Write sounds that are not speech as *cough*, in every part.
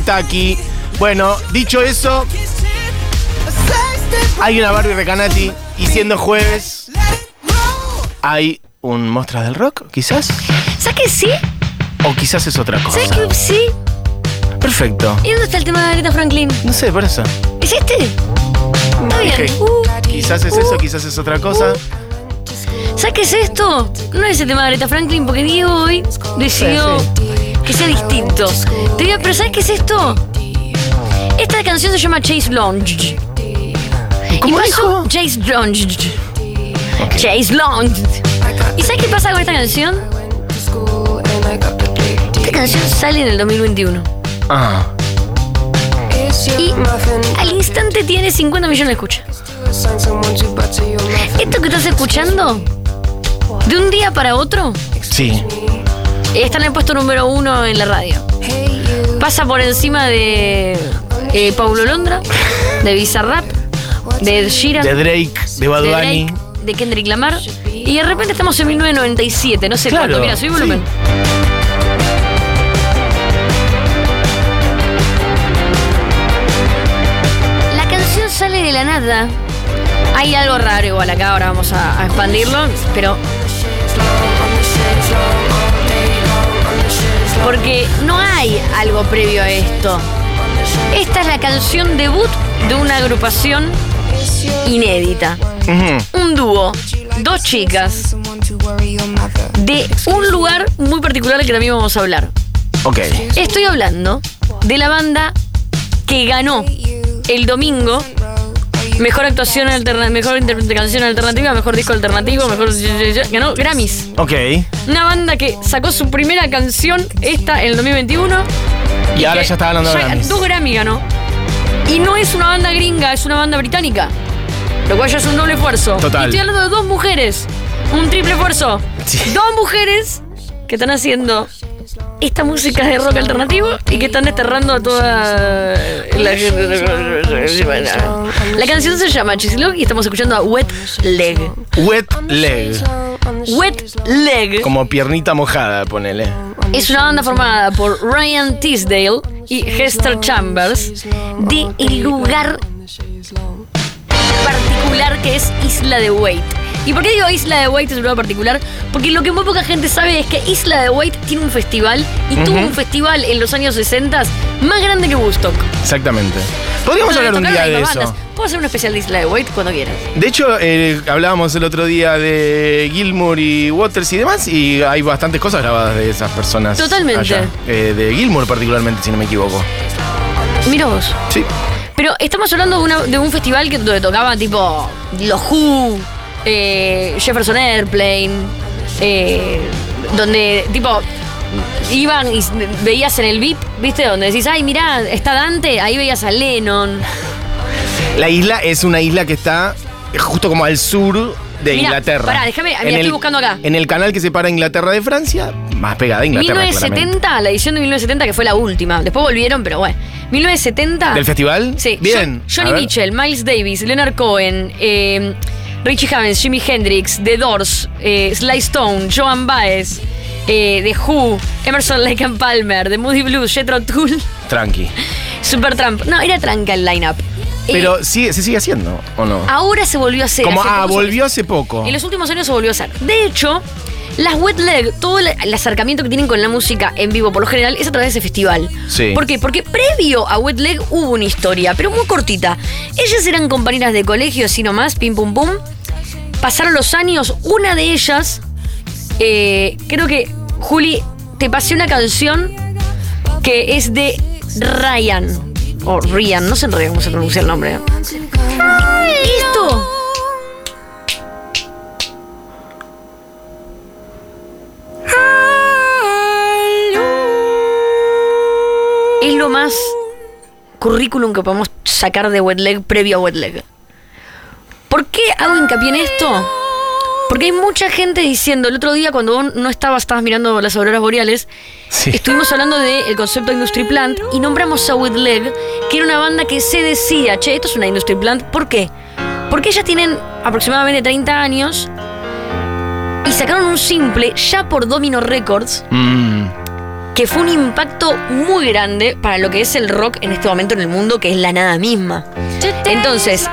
Kentucky. Bueno, dicho eso, hay una Barbie Recanati y siendo jueves hay un Mostras del Rock, quizás. ¿Sabes que sí? O quizás es otra cosa. ¿Sabes que sí? Perfecto. ¿Y dónde está el tema de Aretha Franklin? No sé, por eso. ¿Es este? Está bien. Ok. Uh, Quizás es eso, quizás es otra cosa. ¿Sabes qué es esto? No es el tema de Aretha Franklin porque Diego hoy decidió que sea distinto. Te digo, pero ¿sabes qué es esto? Esta canción se llama Chase Lounge. ¿Cómo y pasó dijo? Chase Lounge. Chase Lounge. ¿Y sabes qué pasa con esta canción? Esta canción sale en el 2021. Ah. Y al instante tiene 50 millones de escuchas. Esto que estás escuchando, de un día para otro, Sí. está en el puesto número uno en la radio. Pasa por encima de eh, Paulo Londra, de Bizarrap, de Ed Sheeran, De Drake, de Bad de Bunny. Drake, de Kendrick Lamar. Y de repente estamos en 1997, no sé Claro, cuánto. Mira, subí sí. volumen. La canción sale de la nada. Hay algo raro igual acá, ahora vamos a, a expandirlo, pero... Porque no hay algo previo a esto. Esta es la canción debut de una agrupación inédita Ujú. un dúo, dos chicas, de un lugar muy particular del que también vamos a hablar. Ok. Estoy hablando de la banda que ganó el domingo mejor actuación alternativa, mejor interpretación alternativa, mejor disco alternativo, mejor ganó Grammys. Ok. Una banda que sacó su primera canción esta en el 2021. Y ahora que ya está ganando ya Grammys. Dos Grammy ganó. Y no es una banda gringa, es una banda británica. Lo cual ya es un doble esfuerzo. Total. Y estoy hablando de dos mujeres. Un triple esfuerzo. Sí. Dos mujeres que están haciendo esta música de rock alternativo y que están desterrando a toda la La canción se llama Chislog y estamos escuchando a Wet Leg. Wet leg. Wet Leg Como piernita mojada, ponele. es una banda formada por Ryan Tisdale y Hester Chambers de el lugar particular que es Isla de Wait. ¿Y por qué digo Isla de Wait es un lugar particular? Porque lo que muy poca gente sabe es que Isla de Wait tiene un festival y tuvo un festival en los años 60 más grande que Woodstock. Exactamente. Podríamos Donde hablar un tocaron día de las eso. bandas. Puedo hacer un especial de Isla de Wait cuando quieras. De hecho, eh, hablábamos el otro día de Gilmour y Waters y demás, y hay bastantes cosas grabadas de esas personas. Totalmente. allá. Eh, de Gilmour particularmente, si no me equivoco. Mira vos. Sí. Pero estamos hablando de, una- de un festival que, donde tocaba tipo Los Who, eh, Jefferson Airplane, eh, donde tipo iban y s- veías en el VIP, ¿viste? Donde decís, ay, mirá, está Dante, ahí veías a Lennon. La isla es una isla que está justo como al sur de Mirá, Inglaterra. pará, déjame- mirá, En estoy el- buscando acá. En el canal que separa Inglaterra de Francia, más pegada a Inglaterra. claramente. 1970, la edición de 1970, que fue la última. Después volvieron, pero bueno. 1970. ¿Del festival? Sí. Bien. Jo- Johnny A ver. Mitchell, Miles Davis, Leonard Cohen, eh, Richie Havens, Jimi Hendrix, The Doors, eh, Sly Stone, Joan Baez, eh, The Who, Emerson *laughs* Lake and Palmer, The Moody Blues, Jethro Tull, Tranqui. Supertramp. No, era tranca el lineup. Eh, Pero sigue- se sigue haciendo, ¿o no? ahora se volvió a hacer. como, hace ah, pocos años. volvió hace poco. En los últimos años se volvió a hacer. De hecho, las wet leg, todo el- el acercamiento que tienen con la música en vivo por lo general es a través de ese festival. Sí. ¿Por qué? Porque previo a wet leg hubo una historia, pero muy cortita. Ellas eran compañeras de colegio, así nomás, pim pum pum. Pasaron los años, una de ellas, eh, creo que, Juli, te pasé una canción que es de Ryan. O Ryan, no sé en realidad cómo se pronuncia el nombre. Esto es lo más currículum que podemos sacar de Wetleg previo a Wetleg. ¿Por qué hago hincapié en esto? Porque hay mucha gente diciendo, el otro día cuando vos no estabas, estabas mirando las auroras boreales, Sí. *laughs* estuvimos hablando del concepto de Industry Plant y nombramos a Wetleg, que era una banda que se decía, che, esto es una Industry Plant, ¿por qué? Porque ellas tienen aproximadamente 30 años y sacaron un simple ya por Domino Records Mm, que fue un impacto muy grande para lo que es el rock en este momento en el mundo, que es la nada misma. Entonces,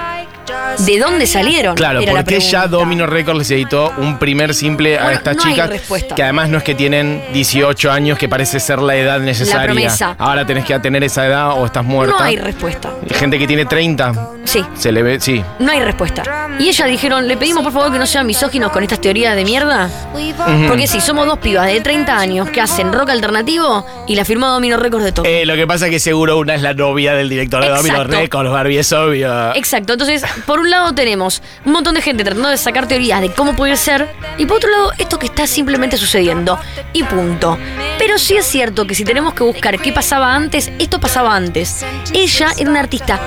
¿de dónde salieron? Claro, Era la porque ya pregunta. Domino Records les editó un primer simple a Bueno, estas no hay chicas. respuesta. Que además no es que tienen 18 años, que parece ser la edad necesaria. promesa. Ahora tenés que tener esa edad o estás muerta. No hay respuesta. Gente que tiene 30. Sí. Se le ve, sí. No hay respuesta. Y ellas dijeron, le pedimos por favor que no sean misóginos con estas teorías de mierda. Ujú. Porque sí, somos dos pibas de 30 años que hacen rock alternativo y la firmó Domino Records de todo. Eh, lo que pasa es que seguro una es la novia del director de Domino Exacto. Records, Barbie es obvio. Exacto, entonces por un lado tenemos un montón de gente tratando de sacar teorías de cómo puede ser y por otro lado esto que está simplemente sucediendo y punto. Pero sí es cierto que si tenemos que buscar qué pasaba antes, esto pasaba antes. Ella era una artista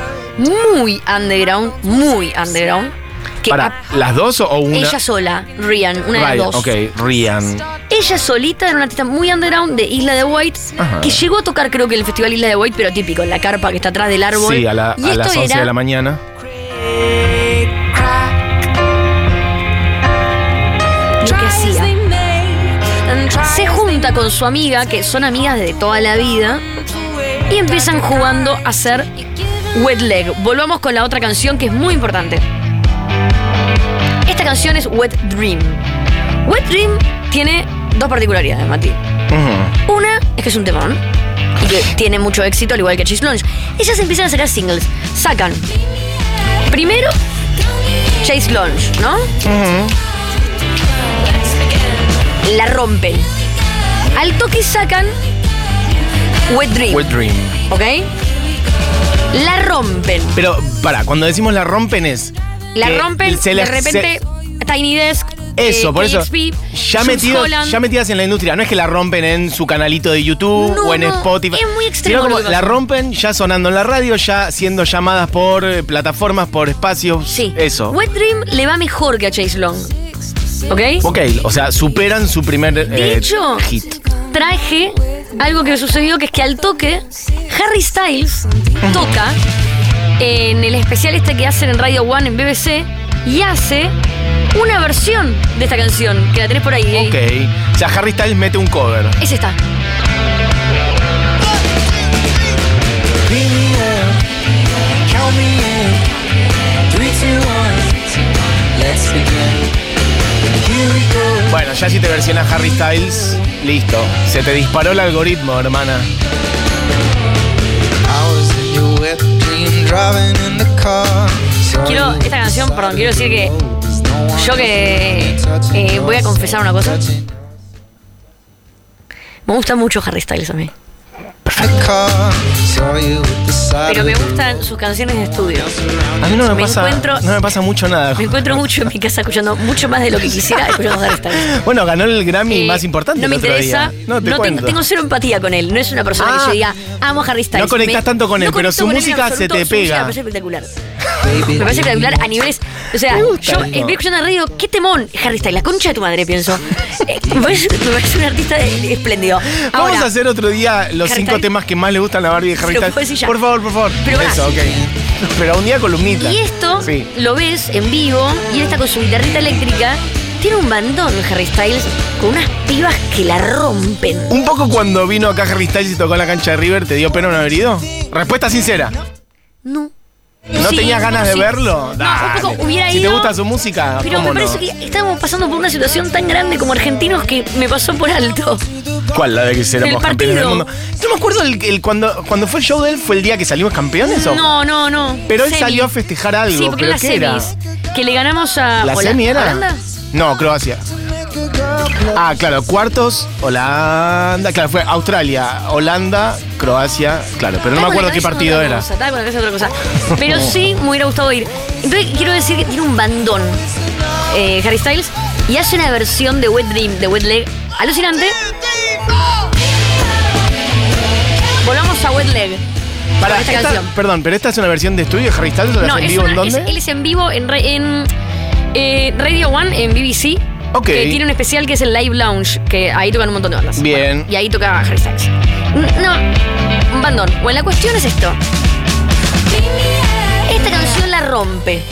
muy underground, muy underground, que Para, a- ¿las dos o una? ella sola, Rian, una de Right, las dos. Ok, Rian. Ella solita era una artista muy underground de Isla de White, Ajá. que llegó a tocar creo que el Festival Isla de White, pero típico, en la carpa que está atrás del árbol. Sí, a, la- y a esto las 11 era de la mañana. lo que hacía. se Se junta con su amiga, que son amigas de toda la vida, y empiezan jugando a hacer Wet Leg. Volvamos con la otra canción que es muy importante. Esta canción es Wet Dream. Wet Dream tiene dos particularidades, Mati. Ujú. Una es que es un temón y que tiene mucho éxito, al igual que Cheese Lounge. Ellas empiezan a sacar singles. Sacan primero Chase Lounge, ¿no? La rompen. Al toque sacan Wet Dream, Wet Dream. ¿ok? La rompen. Pero, para, cuando decimos la rompen es. La que rompen, se las- de repente Tiny Desk. se- eso, eh, por eso. KXP, Ya, Jules metidos- Holland. ya metidas en la industria. No es que la rompen en su canalito de YouTube No, o en no, Spotify. es muy Sino extremo como lo que la pasa. rompen ya sonando en la radio, ya siendo llamadas por eh, plataformas, por espacios. Sí. Eso. Wet Dream le va mejor que a Chase Long. ¿Ok? Ok, o sea, superan su primer De eh, hecho, hit. traje algo que sucedió, que es que al toque, Harry Styles toca en el especial este que hacen en Radio One en BBC y hace una versión de esta canción, que la tenés por ahí. Gabe. Ok. O sea, Harry Styles mete un cover. Es esta. Bueno, ya si te versionas Harry Styles, listo. Se te disparó el algoritmo, hermana. Quiero, esta canción, perdón, quiero decir que yo que eh, voy a confesar una cosa. Me gusta mucho Harry Styles a mí. Ah, Pero me gustan sus canciones de estudio. A mí no me, Me pasa, encuentro- no me pasa mucho nada. Me encuentro mucho en mi casa escuchando mucho más de lo que quisiera escuchando Harry Styles. Bueno, ganó el Grammy Eh, más importante. No me el otro interesa. día. No, No te tengo, cuento. tengo cero empatía con él. No es una persona que Ah. yo diga, amo a Harry Styles. No conectás Me- tanto con él, pero conecto su con él en música se absoluto. te Su música pega. Me parece espectacular. Me parece espectacular a niveles. O sea, Me gusta, yo ¿no? estoy escuchando la radio, qué temón. Harry Styles, la concha de tu *laughs* madre, pienso. Eh, me, parece, me parece un artista de- espléndido. Vamos Ahora, a hacer otro día los Harry cinco Styles. temas que más le gustan a Barbie de Harry Pero puedes ir Styles. ya. Por favor, por favor. Pero pará. Eso, ok. Pero un día columnita. Y esto Sí. lo ves en vivo y él está con su guitarrita eléctrica. Tiene un bandón Harry Styles con unas pibas que la rompen. Un poco cuando vino acá Harry Styles y tocó en la cancha de River, ¿te dio pena un herido? Respuesta sincera. No. ¿No Sí, tenías ganas de sí. verlo? No, Dale. un poco hubiera Si te ido, gusta su música, Pero Ah, ¿cómo me parece no? que estábamos pasando por una situación tan grande como argentinos que me pasó por alto. ¿Cuál? La de que seremos Del campeones del partido. mundo. Yo me acuerdo el, el- cuando, cuando fue el show de él, ¿fue el día que salimos campeones o? No, no, no. Pero él Semi. salió a festejar algo. Sí, porque ¿Pero en las qué era? semis. Que le ganamos a. ¿La Ah, Hola- semi era? Holanda. No, Croacia. Ah, claro, cuartos, Holanda, claro, fue Australia, Holanda, Croacia, claro, pero no me Estaba con acuerdo la qué cabeza en partido otra era. cosa, estaba con la cabeza en otra cosa. *laughs* Pero sí me hubiera gustado ir. Entonces quiero decir que tiene un bandón eh, Harry Styles y hace una versión de Wet Dream, de Wet Leg, alucinante. Volvamos a Wet Leg. Pará, con esta esta- canción. Perdón, pero esta es una versión de estudio, Harry Styles, ¿la No, hacen es vivo en una- es- dónde? él es en vivo en, re- en, eh, Radio One, en BBC. Ok. Que tiene un especial que es el Live Lounge, que ahí tocan un montón de bandas. Bien. Y ahí toca Harry Styles. N- No, un bandón. Bueno, la cuestión es esto. Esta canción la rompe.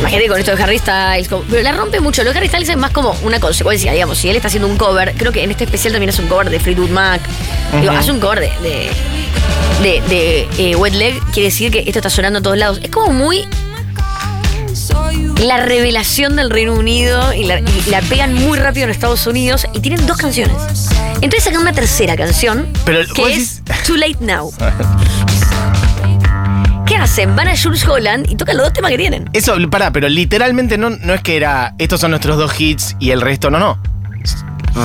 Imagínate con esto de Harry Styles. como- pero la rompe mucho. Lo de Harry Styles es más como una consecuencia, digamos. Si él está haciendo un cover, creo que en este especial también hace un cover de Fleetwood Mac. Digo, hace un cover de. de de, de, eh, Wet Leg quiere decir que esto está sonando a todos lados. Es como muy la revelación del Reino Unido y la, y la pegan muy rápido en Estados Unidos y tienen dos canciones. Entonces sacan una tercera canción Pero, ¿cuál que es *laughs* Too Late Now. Ah. ¿Qué hacen? Van a Jules Holland y tocan los dos temas que tienen. Eso, pará, pero literalmente no, no es que era estos son nuestros dos hits y el resto no, no.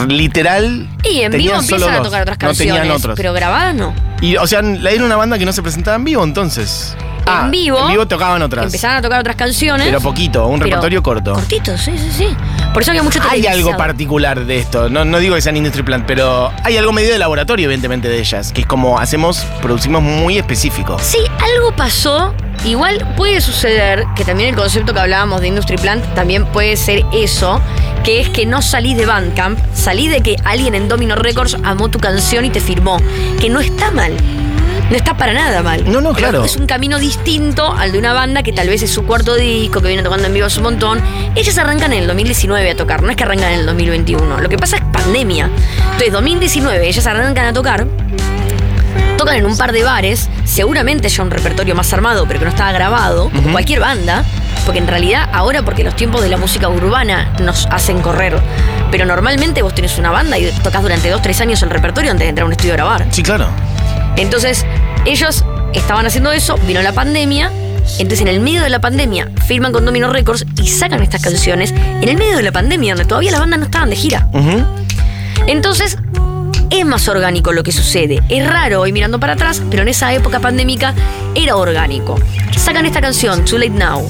Literal. Y en vivo tenían solo empiezan a dos, tocar otras No canciones, tenían otros. pero grabadas no. Y, o sea, la era una banda que no se presentaba en vivo entonces. Ah, en vivo, En vivo tocaban otras. empezaban a tocar otras canciones. Pero poquito, un pero repertorio corto. Cortito, sí, sí, sí. Por eso había mucho Hay algo televisado. particular de esto. No, no digo que sean industry plant, pero hay algo medio de laboratorio, evidentemente, de ellas. Que es como hacemos, producimos muy específico. Sí, algo pasó. Igual puede suceder que también el concepto que hablábamos de Industry Plant también puede ser eso, que es que no salís de Bandcamp, salís de que alguien en Domino Records amó tu canción y te firmó, que no está mal. No está para nada mal. No, no, Pero claro. Es un camino distinto al de una banda que tal vez es su cuarto disco, que viene tocando en vivo hace un montón. Ellas arrancan en el 2019 a tocar, no es que arrancan en el 2021. Lo que pasa es pandemia. Entonces, 2019, ellas arrancan a tocar tocan en un par de bares, seguramente ya un repertorio más armado, pero que no estaba grabado, como cualquier banda, porque en realidad ahora porque los tiempos de la música urbana nos hacen correr, pero normalmente vos tenés una banda y tocas durante dos, tres años el repertorio antes de entrar a un estudio a grabar. Sí, claro. Entonces, ellos estaban haciendo eso, vino la pandemia. Entonces, en el medio de la pandemia, firman con Domino Records y sacan estas canciones en el medio de la pandemia, donde todavía las bandas no estaban de gira. Ujú. Entonces, es más orgánico lo que sucede. Es raro hoy mirando para atrás, pero en esa época pandémica era orgánico. Sacan esta canción, Too Late Now.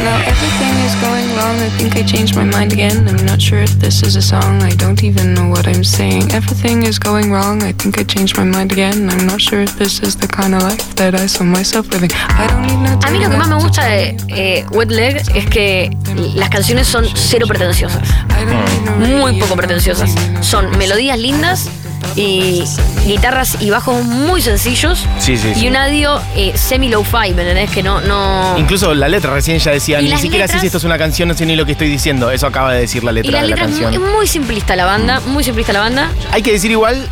Now everything is going wrong. I think I changed my mind again. I'm not sure if this is a song. I don't even know what I'm saying. Everything is going wrong. I think I changed my mind again. I'm not sure if this is the kind of life that I saw myself living. I don't need nothing A mí lo que más me left to gusta tell de you. eh, Wet Leg es que las canciones son cero pretenciosas, I don't need no muy radio, poco pretenciosas. Son melodías lindas y guitarras y bajos muy sencillos. Sí, sí, Y sí. un audio semi-low-fi, ¿me entendés? Que no... no... Incluso la letra recién ya decía, Y ni las siquiera sé letras- si esto es una canción, no sé ni lo que estoy diciendo. Eso acaba de decir la letra Y la de la letra es canción. muy, es muy simplista la banda, muy simplista la banda. Hay que decir igual,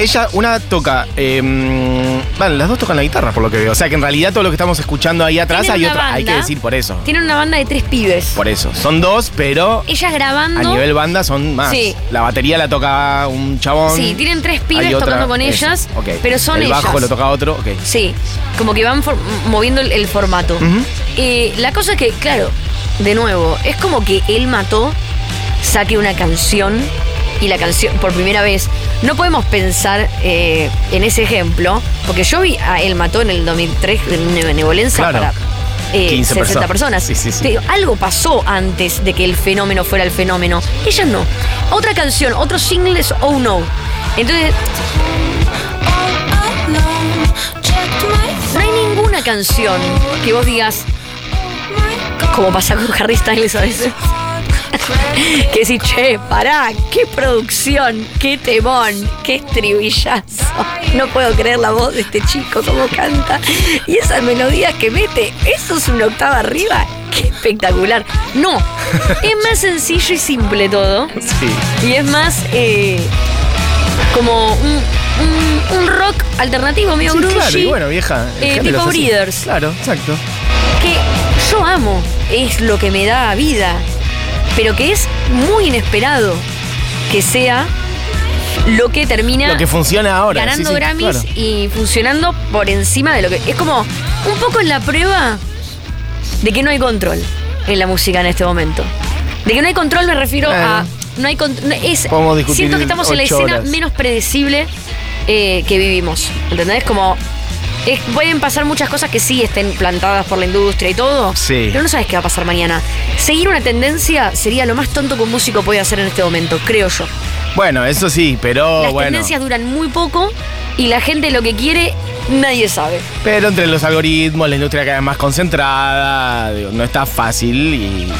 ella, una toca. eh, mm, bueno, las dos tocan la guitarra, por lo que veo. O sea que en realidad todo lo que estamos escuchando ahí atrás Tienen hay una otra. Hay que banda. decir por eso. Tienen una banda de tres pibes. Por eso. Son dos, pero Ellas a grabando. nivel banda son más. Sí. La batería la toca un chabón. Sí, tienen tres hay pibes otra- tocando con eso, ellas, ok. pero son El bajo ellas. lo toca otro, ok. Sí, como que van for- moviendo el, el formato. Ujú. Eh, la cosa es que, claro, de nuevo, es como que él mató, saque una canción y la canción, por primera vez, no podemos pensar eh, en ese ejemplo, porque yo vi a él mató en el 2003 en Benevolencia Claro. para eh, 15 60 personas. personas. Sí, sí, sí. Te digo, algo pasó antes de que el fenómeno fuera el fenómeno. Ellas no. Otra canción, otro single es Oh No. Entonces, no hay ninguna canción que vos digas, como pasa con Harry Styles a veces. que decís, che, pará, qué producción, qué temón, qué estribillazo. No puedo creer la voz de este chico, cómo canta. Y esas melodías que mete, eso es una octava arriba. Qué espectacular. No, es más sencillo y simple todo. Sí. Y es más eh, como un, un- un rock alternativo, medio Sí, grungy. claro, y bueno, vieja. el Eh, género es tipo así. Breeders. Claro, exacto. que yo amo, es lo que me da vida, pero que es muy inesperado que sea lo que termina Lo que funciona ahora. ganando sí, sí, Grammys claro. y funcionando por encima de lo que. Es como un poco la prueba de que no hay control en la música en este momento. De que no hay control me refiero a. Claro. No hay cont- no- es, Podemos discutir Siento que estamos en la ocho escena horas. menos predecible eh, que vivimos. ¿Entendés? Como. es- pueden pasar muchas cosas que sí estén plantadas por la industria y todo. Sí. Pero no sabes qué va a pasar mañana. Seguir una tendencia sería lo más tonto que un músico puede hacer en este momento, creo yo. Bueno, eso sí, pero Las Oh, bueno. tendencias duran muy poco y la gente lo que quiere, nadie sabe. Pero entre los algoritmos, la industria cada vez más concentrada, digo, no está fácil y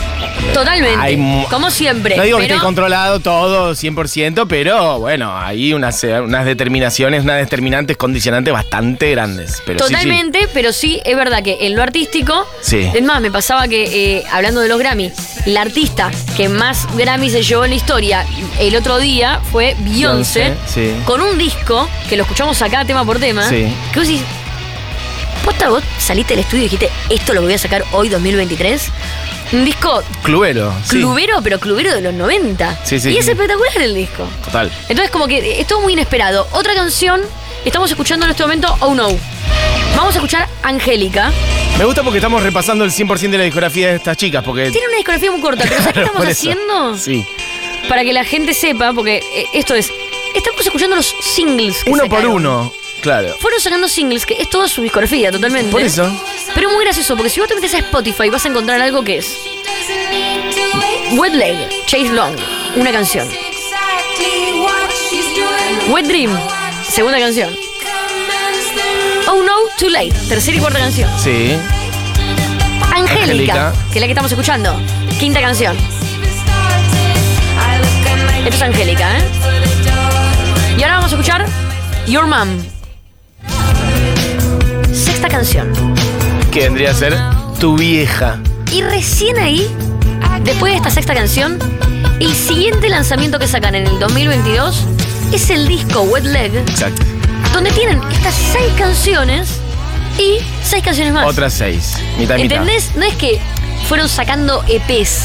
Totalmente. Hay mu- como siempre. No digo que pero- esté controlado todo 100%, pero bueno, hay unas, eh, unas determinaciones, unas determinantes, condicionantes bastante grandes. Pero sí, sí. Totalmente, pero sí es verdad que en lo artístico. Sí. Es más, me pasaba que, eh, hablando de los Grammy, la artista que más Grammy se llevó en la historia el otro día fue Beyoncé, Beyoncé, sí. con un disco que lo escuchamos acá tema por tema. Sí. Que vos decís, ¿posta vos saliste del estudio y dijiste, esto lo voy a sacar hoy 2023? Un disco Clubero. sí. clubero, pero clubero de los 90. Sí, sí, y es sí. espectacular el disco. Total. Entonces, como que es todo muy inesperado. Otra canción, estamos escuchando en este momento Oh No. Vamos a escuchar Angélica. Me gusta porque estamos repasando el 100% de la discografía de estas chicas, porque... Tiene una discografía muy corta, pero *laughs* ¿sabes qué estamos Por eso. haciendo? Sí. Para que la gente sepa, porque eh, esto es. Estamos escuchando los singles. que Uno por sacaron. uno. Claro. Fueron sacando singles, que es toda su discografía, totalmente. Por eso. Pero muy gracioso, porque si vos te metes a Spotify vas a encontrar algo que es. Wet Leg, Chase Long, una canción. Wet Dream, segunda canción. Oh No, Too Late, tercera y cuarta canción. Sí. Angélica, Angélica. que es la que estamos escuchando, quinta canción. Esto es Angélica, ¿eh? Y ahora vamos a escuchar Your Mom. Sexta canción. Que vendría a ser tu vieja. Y recién ahí, después de esta sexta canción, el siguiente lanzamiento que sacan en el 2022 es el disco Wet Leg, Exacto. donde tienen estas seis canciones y seis canciones más. Otras seis. Mitad, mitad. Ah. ¿Entendés? No es que fueron sacando EPs.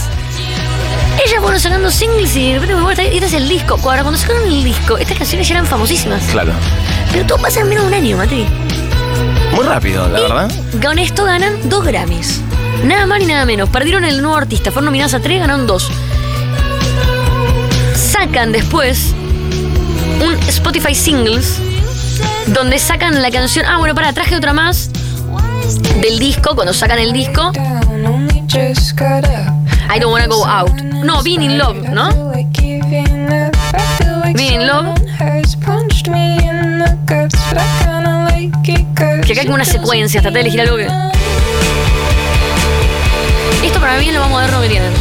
Ellas fueron sacando singles y de repente, bueno, este este es el disco. Ahora, cuando sacaron el disco, estas canciones ya eran famosísimas. Claro. Pero todo pasa en menos de un año, Mati. Muy rápido, la verdad. Con esto ganan dos Grammys. Nada más ni nada menos. Perdieron el nuevo artista. Fueron nominadas a tres, ganaron dos. Sacan después un Spotify Singles donde sacan la canción. Ah, bueno, pará, traje otra más del disco. Cuando sacan el disco, Down, only just got up. I don't wanna go out. No, Being in Love, ¿no? Being in love. Que acá hay como una secuencia, traté de elegir algo que- Esto para mí es lo más moderno que tienen.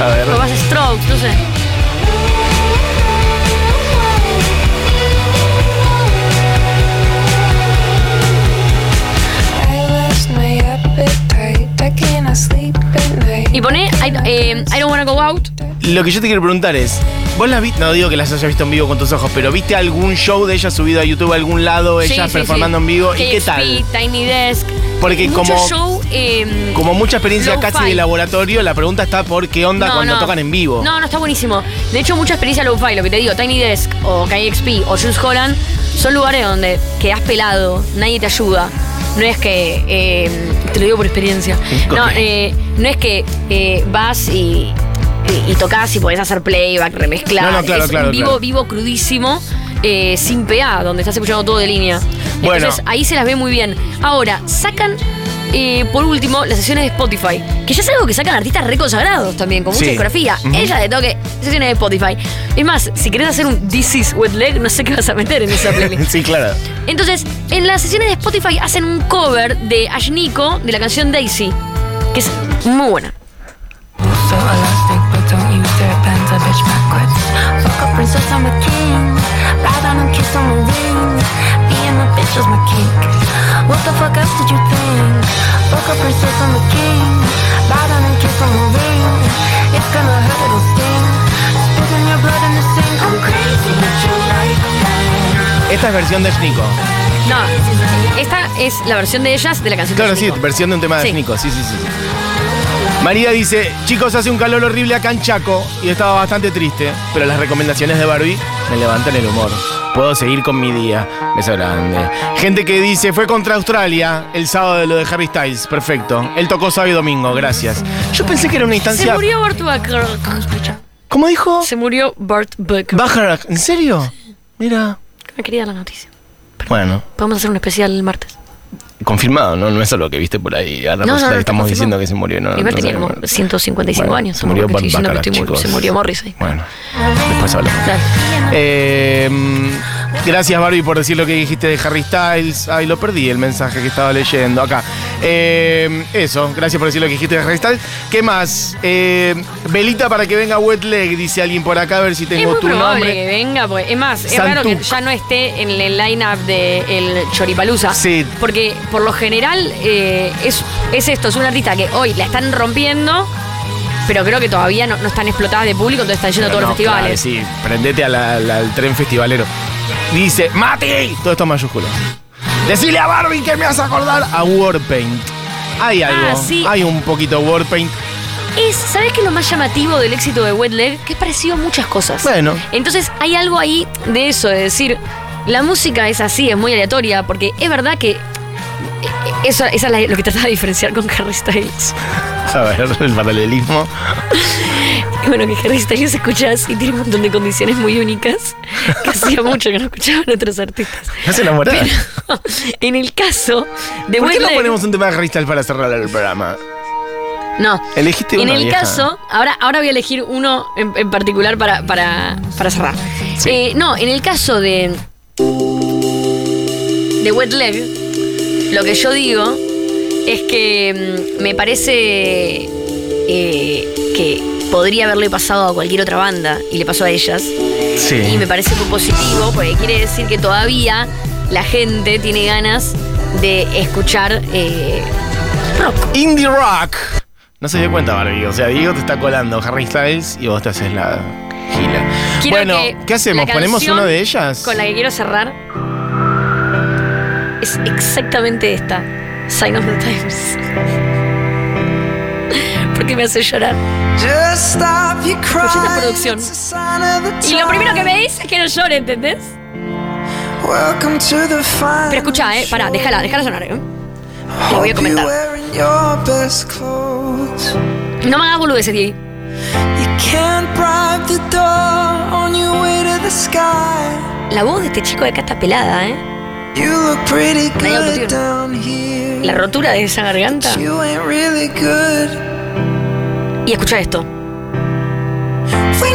A ver. Lo más strokes, no sé. Y pone I, eh, I don't wanna go out. Lo que yo te quiero preguntar es, vos las viste, no digo que las hayas visto en vivo con tus ojos, pero ¿viste algún show de ellas subido a YouTube, a algún lado, Sí, ellas sí, performando sí. en vivo? ¿Y qué KXP, tal? Tiny Desk. Porque Mucho como- show, eh, Como mucha experiencia Lo-fi. casi de laboratorio, la pregunta está por qué onda No, cuando no. tocan en vivo. *laughs* No, no, está buenísimo. De hecho, mucha experiencia low-fi, lo que te digo, Tiny Desk o KXP o Jules Holland son lugares donde quedás pelado, nadie te ayuda. No es que, eh, te lo digo por experiencia, no, Ok. eh, no es que eh, vas y, y, y tocas y podés hacer playback, remezclar. No, no, claro, es claro, un vivo, claro. vivo crudísimo, eh, sin PA, donde estás escuchando todo de línea. Bueno. Entonces, ahí se las ve muy bien. Ahora, sacan. eh, por último, las sesiones de Spotify, que ya es algo que sacan artistas reconsagrados también, con mucha Sí. discografía. Ujú. Ella de toque, sesiones de Spotify. Es más, si querés hacer un This is Wet Leg, no sé qué vas a meter en esa *laughs* playlist. sí, claro. Entonces, en las sesiones de Spotify hacen un cover de Ash Nico de la canción Daisy, que es muy buena. So elastic, but don't use their pens. I bitch backwards. Fuck a princess, I'm a king. Ride on a kiss on a ring. Being a bitch is my kink. What the fuck else did you think? Fuck a princess, I'm a king. Ride on a kiss on a ring. It's gonna hurt, it'll sting. Spitting your blood in the sink. I'm crazy, but you like that. Esta es versión de Snico. No, esta es la versión de ellas de la canción Claro, de Ash sí, Nico. versión de un tema de Sí. Snico, sí, sí, sí. sí. María dice, chicos, hace un calor horrible acá en Chaco y estaba bastante triste, pero las recomendaciones de Barbie me levantan el humor. Puedo seguir con mi día. Beso grande. Gente que dice, fue contra Australia el sábado de lo de Harry Styles. Perfecto. Él tocó sábado y domingo, gracias. Yo pensé que era una Se instancia... murió Burt Bacharach. ¿Cómo dijo? Se murió Burt Bacharach. Bacharach, ¿en serio? Mira. Me quería la noticia. Bueno, Podemos hacer un especial el martes. confirmado, ¿no? No es lo que viste por ahí. Ahora No, no, no, estamos confirmado. diciendo que se murió. No, Igual Ah, no tenía como sabemos. 155 Bueno, años. Se murió Estoy Bart diciendo que Bacharach, estoy mu- chicos. Se murió Morrissey. Bueno, después hablamos. Claro. Eh, Gracias, Barbie, por decir lo que dijiste de Harry Styles. Ay, lo perdí el mensaje que estaba leyendo acá. Eh, eso, gracias por decir lo que dijiste de Harry Styles. ¿Qué más? Eh, velita para que venga Wet Leg, dice alguien por acá, a ver si Es tengo muy tu probable que nombre. venga, porque es más, es raro que Santuc. ya no esté en el line-up del Choripalusa. Sí. Porque por lo general eh, es, es esto, es un artista que hoy la están rompiendo, pero creo que todavía no, no están explotadas de público, entonces están yendo a todos los Pero no, festivales. claro, sí, prendete a la- la- al tren festivalero. Dice, ¡Mati! Todo esto en mayúsculas. Decile a Barbie que me vas a acordar a Warpaint. Hay algo, Ah, sí. hay un poquito Warpaint. Es, ¿Sabes qué es lo más llamativo del éxito de Wet Leg? Que es parecido a muchas cosas. Bueno. Entonces hay algo ahí de eso, de decir, la música es así, es muy aleatoria, porque es verdad que eh, eh, eso, esa es la- lo que trataba de diferenciar con Harry Styles. A ver, *laughs* el paralelismo. Y bueno, que Harry Styles escuchás y tiene un montón de condiciones muy únicas que hacía mucho que no escuchaban otros artistas. ¿Estás enamorada? *laughs* en el caso de ¿Por qué no Wetland- ponemos un tema de Harry Styles para cerrar el programa? No. Elegiste En una el vieja. caso, ahora, ahora voy a elegir uno en, en particular para, para, para cerrar. Sí. Eh, no, en el caso de. de Wet Leg, lo que yo digo es que mm, me parece eh, que podría haberle pasado a cualquier otra banda y le pasó a ellas. Y Sí. me parece muy positivo porque quiere decir que todavía la gente tiene ganas de escuchar eh, rock. Indie rock. No se dio cuenta, Barbie. O sea, Diego te está colando Harry Styles y vos te haces la gila. Quiero bueno, que ¿qué hacemos? la ¿Ponemos canción uno de ellas? Con la que quiero cerrar es exactamente esta, Sign of the Times. *laughs* Porque me hace llorar. Just stop your esta crying. producción. It's a sign of the Y lo primero que times. me dice es que no llore, ¿entendés? Welcome to the Pero escucha, eh, pará, déjala, déjala sonar, eh. Te voy a comentar. You No me hagas boludeces, Diego. can't bribe the door on your way to the sky. La voz de este chico de acá está pelada, ¿eh? You look pretty Medio autotune. good down La here. rotura de esa garganta. You ain't really good. Y escucha esto. We never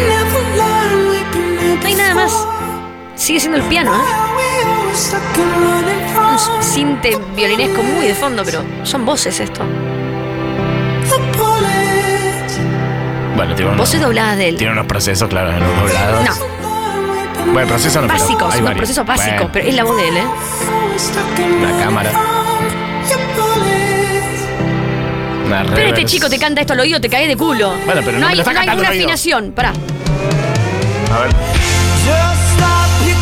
learned we've been here No hay nada más. Sigue siendo el piano, ¿eh? before. We always stuck in running Un from cinte violinesco muy de fondo, pero son voces esto. the bullets. Bueno, tiene unos, Voces dobladas de él. tiene unos procesos, claro, en los doblados. No. Bueno, procesos no, pero básicos, hay unos varios. procesos básicos, Bueno, pero es la voz de él, ¿eh? Una cámara. una Pero este reverse. chico te canta esto al oído, te caes de culo. Bueno, pero no me hay, lo está no hay cantando una al oído. afinación, pará. A ver,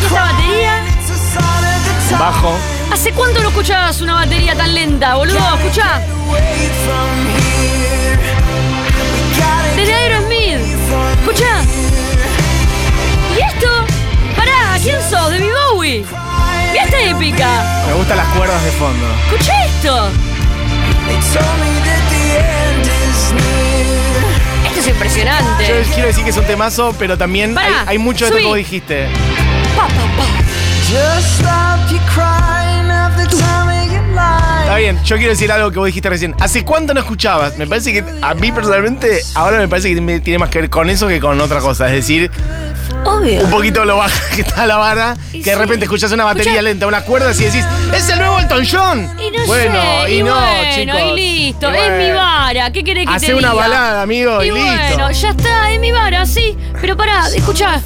Esta batería, bajo. ¿hace cuánto no escuchabas una batería tan lenta, boludo? Escuchá, desde Aerosmith. Escuchá. ¿Y esto? Pará, ¿quién sos? De mi Bowie. Mira esta épica. Me gustan las cuerdas de fondo. Escuchá esto. Esto es Yo impresionante. quiero decir que es un temazo, pero también hay, Pará, hay mucho de esto subí. que vos dijiste. Pa, pa, pa. Está bien, yo quiero decir algo que vos dijiste recién. ¿Hace cuánto no escuchabas? Me parece que a mí personalmente ahora me parece que me- tiene más que ver con eso que con otra cosa. Es decir, un Obvio. poquito lo baja *laughs* que está la vara, Y que de sí. repente escuchas una batería Escuchá. lenta, unas cuerdas y decís, ¡es el nuevo Elton John! Y no bueno, sé, y, no, bueno, chicos. y listo, Y es bueno. mi vara, ¿qué querés que te Hacé diga? una balada, amigo, y, Y bueno, listo. ya está, es mi vara, sí. Pero pará, escuchá.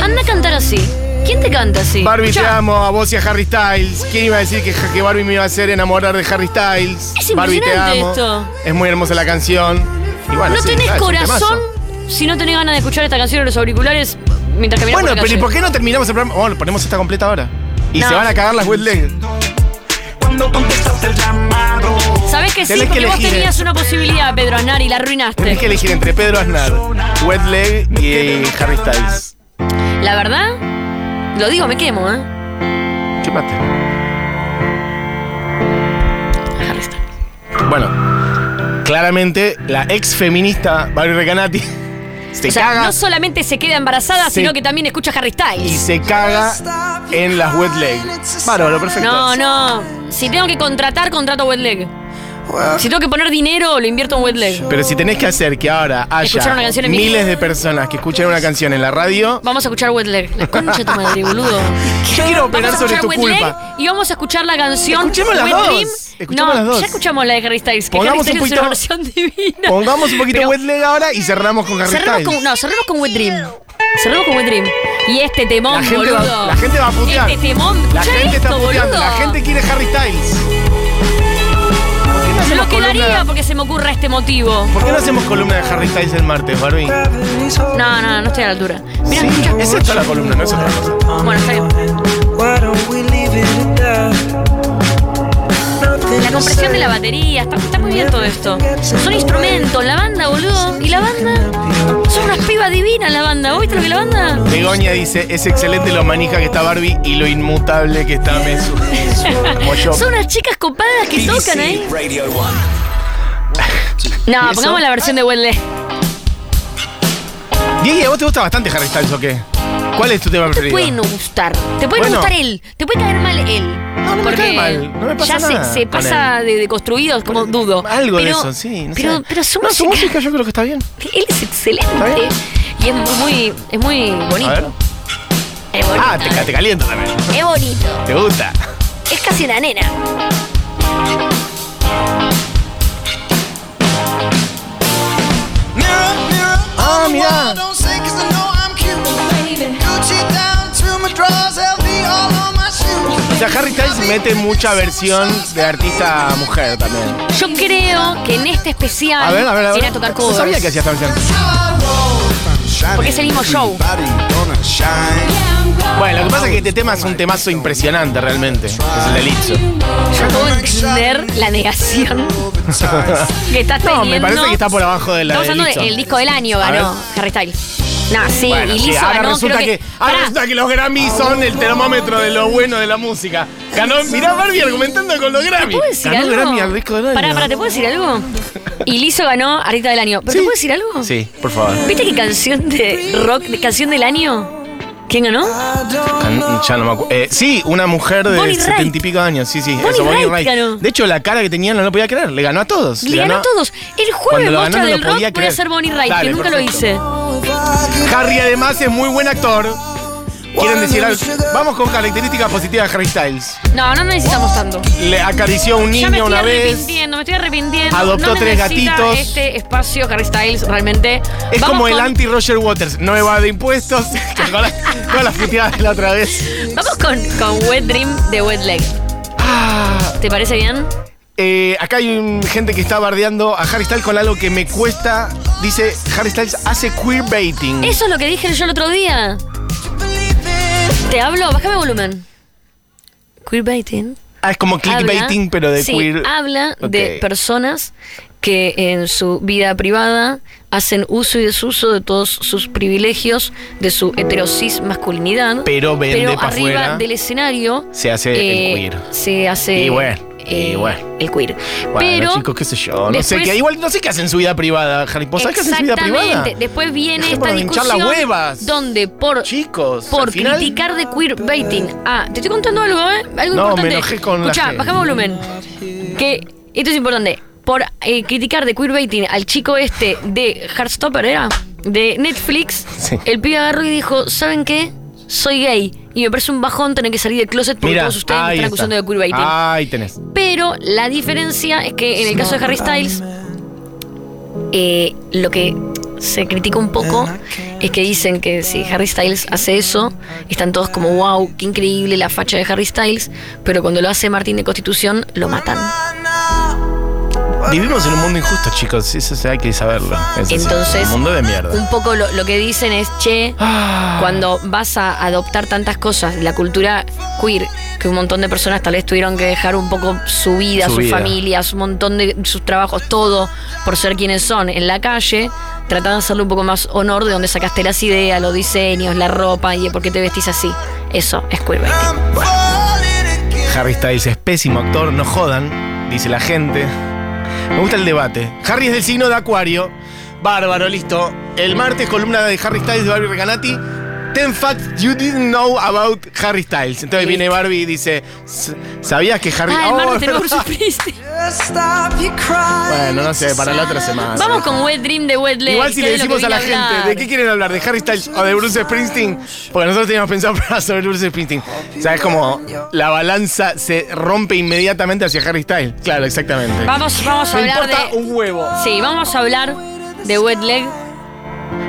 Anda a cantar así. ¿Quién te canta así? Barbie, te Escuchá, amo, a vos y a Harry Styles. ¿Quién iba a decir que, que Barbie me iba a hacer enamorar de Harry Styles? Es Barbie, te impresionante amo. esto. Es muy hermosa la canción. Y bueno, No sí, tenés ah, es un corazón temazo. si no tenés ganas de escuchar esta canción en los auriculares mientras caminas Bueno, por la pero ¿y calle. por qué no terminamos el programa? Bueno, ponemos esta completa ahora. Y No. se van a cagar las bootleg. Sabés que sí, Tenés que porque vos elegir, eh. tenías una posibilidad, Pedro Aznar, y la arruinaste. Tenés que elegir entre Pedro Aznar, Wet Leg y eh, Harry Styles. La verdad, lo digo, me quemo, ¿eh? ¿Qué mate? Harry Styles. Bueno, claramente la ex feminista Barbie Recanati *laughs* se O sea, caga no solamente se queda embarazada, Sí. sino que también escucha Harry y Styles. se caga en las Wet Leg. Bárbaro, perfecto. No, no. Si tengo que contratar, contrato a Wet Leg. Well, Si tengo que poner dinero, lo invierto en wet leg. Pero si tenés que hacer que ahora Escuchar haya una canción en vinilo. miles de personas que escuchen una canción en la radio, Vamos a escuchar wet leg. La concha de tu madre, boludo. yo quiero operar Vamos a sobre escuchar tu wet leg culpa. y vamos a escuchar la canción. Escuchemos las Wet dos. Dream. Escuchemos no, las dos. ya escuchamos la de Harry Styles. Que Pongamos Harry un Styles es una poquito- versión *laughs* divina. Pongamos un poquito Pero wet leg ahora y cerramos con Harry cerremos Styles. con, No, cerremos con wet dream. Cerremos con wet dream. Y este temón, La gente, boludo. va, la gente va a putear. Este temón. la escuchá gente está esto, puteando. boludo. La gente quiere Harry Styles. ¿Por qué no Me hacemos lo quedaría columna- porque se me ocurra este motivo. ¿Por qué no hacemos columna de Harry Styles el martes, Barbie? gravity's holding No, no, no estoy a la altura. Mira, Sí, escucha. es esta la columna, no es otra cosa. Bueno, está bien. Why don't we leave it at that? Nothing La to compresión de say. la batería, está, está muy bien todo esto. Son instrumentos, la banda, boludo. Y la banda, son unas pibas divinas la banda. ¿Vos ¿Viste lo que la banda? Begoña dice, es excelente lo manija que está Barbie y lo inmutable que está *laughs* Mesu. Como yo. Son unas chicas copadas que tocan ahí. No, ¿Y pongamos eso? la versión de Wendley. Diego, ¿a vos te gusta bastante Harry Styles o qué? ¿Cuál es tu tema Te puede preferido? no gustar. Te puede Bueno. no gustar él. Te puede caer mal él. no me porque cae mal, no me pasa ya se- nada se, con pasa de, de construido, como dudo. Algo de Pero- eso, sí. No pero, sé. pero su No, su música- música yo creo que está bien. *laughs* Él es Está bien. excelente. Y es muy, es muy A ver. bonito. Es bonito. Ah, te, ca- te caliento también. Es bonito. Te gusta. Es casi una nena. Mirror, mirror Ah, on the mirá. wall, don't say 'cause I know I'm cute. Gucci down to my drawers, LV all on my shoes. O sea, Harry Styles mete mucha versión de artista mujer también. Yo creo que en este especial A ver, a ver, a ver. viene a tocar No covers. sabía que hacía esta versión. Porque es el mismo show. Bueno, lo que pasa es que este tema es un temazo impresionante realmente. Es el del Itzo. Yo puedo entender la negación *laughs* que estás No, teniendo. me parece que está por abajo de la Estamos del hablando del Itzo. disco del año, A ganó ver. Harry Styles. No, sí, Bueno, y sí, Lizzo ahora ganó, resulta creo que, que... ahora Pará, resulta que los Grammys son el termómetro de lo bueno de la música. Ganó, mirá Barbie argumentando con los Grammys. ¿puedo decir ganó algo? Grammy al disco del año. Pará, pará, ¿te puedo decir algo? Y Lizzo ganó Artista del Año. ¿Pero Sí. te puedo decir algo? Sí, por favor. ¿Viste qué canción de rock, de canción del año? ¿Quién ganó? Can- ya no me acuerdo. Eh, sí, una mujer de Bonnie Wright. setenta y pico de años. Sí, sí, Bonnie eso, Bonnie Wright Wright. ganó. De hecho, la cara que tenía no lo podía creer. Le ganó a todos. Le ganó a todos. El Cuando jueves lo ganó muestra no del lo podía rock voy a creer. ser Bonnie Wright, Dale, que nunca perfecto. lo hice. Harry además es muy buen actor. Quieren decir algo. Vamos con características positivas de Harry Styles. No, no necesitamos tanto. Le acarició a un Ya me niño estoy una vez. arrepintiendo, me estoy arrepintiendo. Adoptó No me tres necesita gatitos. Este espacio, Harry Styles, realmente. Es Vamos como el con- anti Roger Waters. No evade impuestos. *laughs* con la, con la puteada de la otra vez. Vamos con, con Wet Dream de Wet Leg. Ah. ¿Te parece bien? Eh, acá hay un- gente que está bardeando a Harry Styles con algo que me cuesta. Dice, Harry Styles hace queerbaiting. Eso es lo que dije yo el otro día. Te hablo, bájame volumen. Queerbaiting. Ah, es como clickbaiting, habla- pero de sí, queer. habla Ok. de personas que en su vida privada hacen uso y desuso de todos sus privilegios, de su heterosis masculinidad. Pero vende pero pa' arriba afuera. del escenario eh, Se hace el queer. Se hace eh, Y bueno, y bueno. el queer. Bueno, pero chicos, qué sé yo. No sé después- qué. Igual no sé qué hacen en su vida privada, Harry. ¿Vos sabés qué hacen en su vida privada? Exactamente. Después viene Dejémonos esta de hinchar discusión las huevas. donde por Chicos, por al final- criticar de queerbaiting. Ah, te estoy contando algo, ¿eh? Algo No, me importante. enojé con la Escuchá, gente. bajamos volumen. Que esto es importante. Por eh, criticar de queerbaiting al chico este de Heartstopper, ¿era? De Netflix, Sí. el pibe agarró y dijo, ¿saben qué? Soy gay. Y me parece un bajón tener que salir del closet porque Mirá, todos ustedes me ahí están acusando de está. Ah, queerbaiting. Ahí tenés. Pero la diferencia es que en el caso de Harry Styles, eh, lo que se critica un poco es que dicen que si Harry Styles hace eso, están todos como, wow, qué increíble la facha de Harry Styles, pero cuando lo hace Martín de Constitución, lo matan. Vivimos en un mundo injusto, chicos. Eso sí, hay que saberlo. Es así. Entonces, Un mundo de mierda. Un poco lo, lo que dicen es, che, Ah. cuando vas a adoptar tantas cosas, la cultura queer, que un montón de personas tal vez tuvieron que dejar un poco su vida, Su sus vida. familias, un montón de sus trabajos, todo, por ser quienes son en la calle, tratá de hacerle un poco más honor de dónde sacaste las ideas, los diseños, la ropa y de por qué te vestís así. Eso es Ah, queerbaiting. Harry Styles es pésimo actor, no jodan, dice la gente. Me gusta el debate. Harry es del signo de Acuario. Bárbaro, listo. El martes, columna de Harry Styles de Barbie Recanati. Ten facts you didn't know about Harry Styles. Entonces Listo. viene Barbie y dice, "S- ¿sabías que Harry... Ah, Oh, hermano, *laughs* te lo ¿verdad? supiste. Just stop your crying. Bueno, no sé, para la otra semana. Vamos con Wet Dream de Wet Leg. Igual si que le es lo decimos que a la vine gente, ¿de hablar. qué quieren hablar? ¿De Harry Styles o de Bruce Springsteen? Porque nosotros teníamos pensado *laughs* para sobre Bruce Springsteen. O sea, es como la balanza se rompe inmediatamente hacia Harry Styles. Claro, exactamente. Vamos, vamos a Me hablar importa de. un huevo. Sí, vamos a hablar de Wet Leg.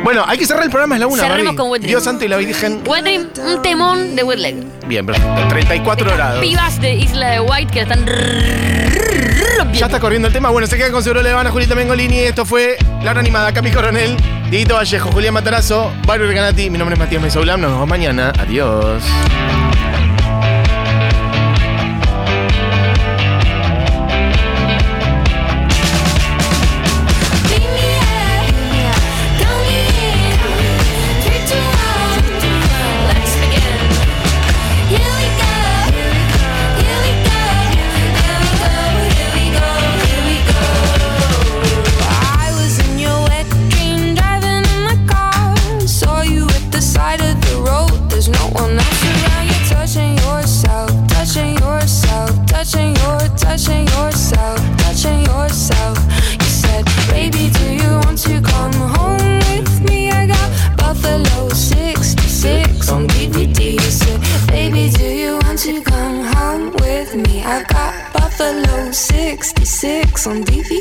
Bueno, hay que cerrar el programa, es la una. Cerremos Barbie. con Whitney. Dios santo y la Virgen. Wet Dream, un temón de Wet Leg. Bien, perfecto. 34 Estas grados. pibas de Isla de White que están. Ya está corriendo el tema. Bueno, se quedan con Seguro Levana, Julieta Mengolini. Esto fue La Hora Animada, Cami Coronel, Dieguito Vallejo, Julián Matarazo, Barrio Ganati. Mi nombre es Matías Mesoulam. Nos vemos mañana. Adiós. I was in your wet dream, driving in my car. Saw you at the side of the road. There's no one else around. You're touching yourself, touching yourself, touching your, touching yourself, touching yourself. You said, baby, do you want to come home with me? I got Buffalo 66 on DVD. You said, baby, do you want to come home with me? I got Buffalo 66 on DVD.